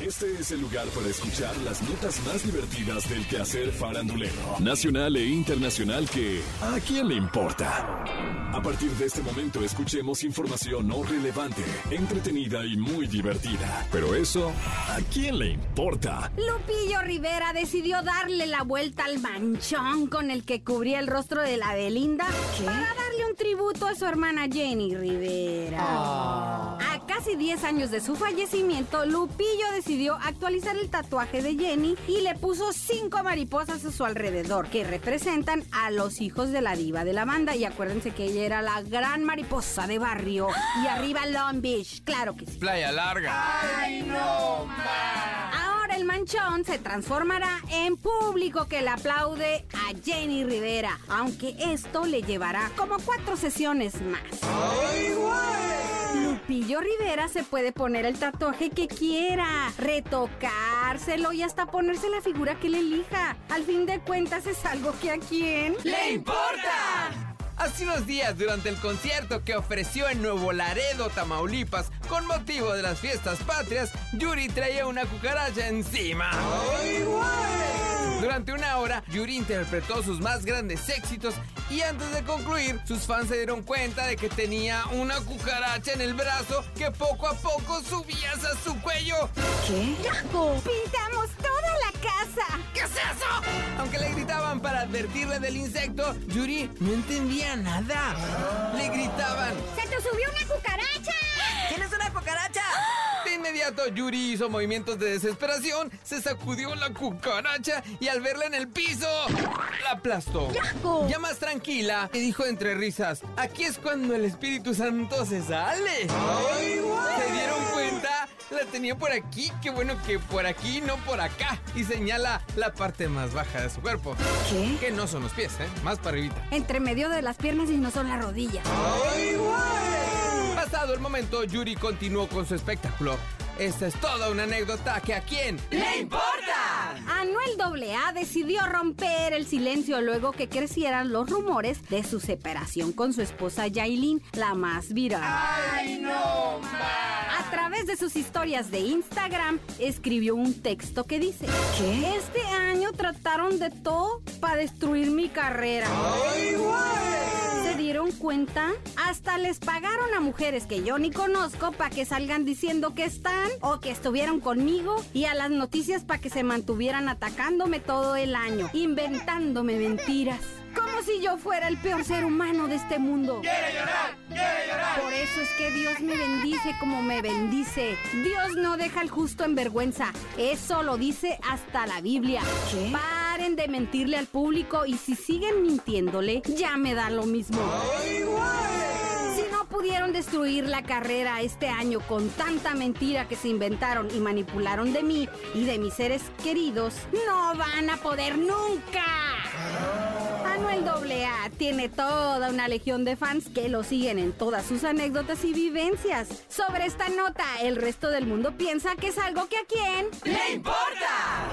Este es el lugar para escuchar las notas más divertidas del quehacer farandulero, nacional e internacional que ¿a quién le importa? A partir de este momento escuchemos información no relevante, entretenida y muy divertida. Pero eso, ¿a quién le importa? Lupillo Rivera decidió darle la vuelta al manchón con el que cubría el rostro de la Belinda para darle un tributo a su hermana Jenny Rivera. A casi 10 años de su fallecimiento, Lupillo decidió actualizar el tatuaje de Jenny y le puso cinco mariposas a su alrededor, que representan a los hijos de la diva de la banda. Y acuérdense que ella era la gran mariposa de barrio y arriba Long Beach, claro que sí. Playa larga. Ahora el manchón se transformará en público que le aplaude a Jenny Rivera, aunque esto le llevará como cuatro sesiones más. Lupillo Rivera se puede poner el tatuaje que quiera, retocárselo y hasta ponerse la figura que le elija. Al fin de cuentas es algo que a quién ¡Le importa! Hace unos días, durante el concierto que ofreció en Nuevo Laredo, Tamaulipas, con motivo de las fiestas patrias, Yuri traía una cucaracha encima. Durante una hora, Yuri interpretó sus más grandes éxitos y antes de concluir, sus fans se dieron cuenta de que tenía una cucaracha en el brazo que poco a poco subía hasta su cuello. ¿Qué? ¡Pintamos toda la casa! ¿Qué es eso? Aunque le gritaban para advertirle del insecto, Yuri no entendía nada. Le gritaban. ¡Se te subió una cucaracha! ¡Tienes una cucaracha! De inmediato, Yuri hizo movimientos de desesperación, se sacudió la cucaracha y al verla en el piso, la aplastó. ¡Yaco! Ya más tranquila, le dijo entre risas, aquí es cuando el Espíritu Santo se sale. Se dieron cuenta, la tenía por aquí, qué bueno que por aquí, no por acá. Y señala la parte más baja de su cuerpo, ¿Qué? que no son los pies, ¿eh? más para arribita. Entre medio de las piernas y no son las rodillas. Pasado el momento, Yuri continuó con su espectáculo. Esta es toda una anécdota que a quién le importa. Anuel AA decidió romper el silencio luego que crecieran los rumores de su separación con su esposa Yailin, la más viral. A través de sus historias de Instagram, escribió un texto que dice: ¿Qué? Este año trataron de todo para destruir mi carrera. ¿Se dieron cuenta? Hasta les pagaron a mujeres que yo ni conozco para que salgan diciendo que están o que estuvieron conmigo y a las noticias para que se mantuvieran atacándome todo el año, inventándome mentiras. Como si yo fuera el peor ser humano de este mundo. Por eso es que Dios me bendice como me bendice. Dios no deja al justo en vergüenza. Eso lo dice hasta la Biblia. Paren de mentirle al público y si siguen mintiéndole, ya me da lo mismo. Si no pudieron destruir la carrera este año con tanta mentira que se inventaron y manipularon de mí y de mis seres queridos, no van a poder nunca. Anuel AA tiene toda una legión de fans que lo siguen en todas sus anécdotas y vivencias. Sobre esta nota, el resto del mundo piensa que es algo que a quién ¡Le importa!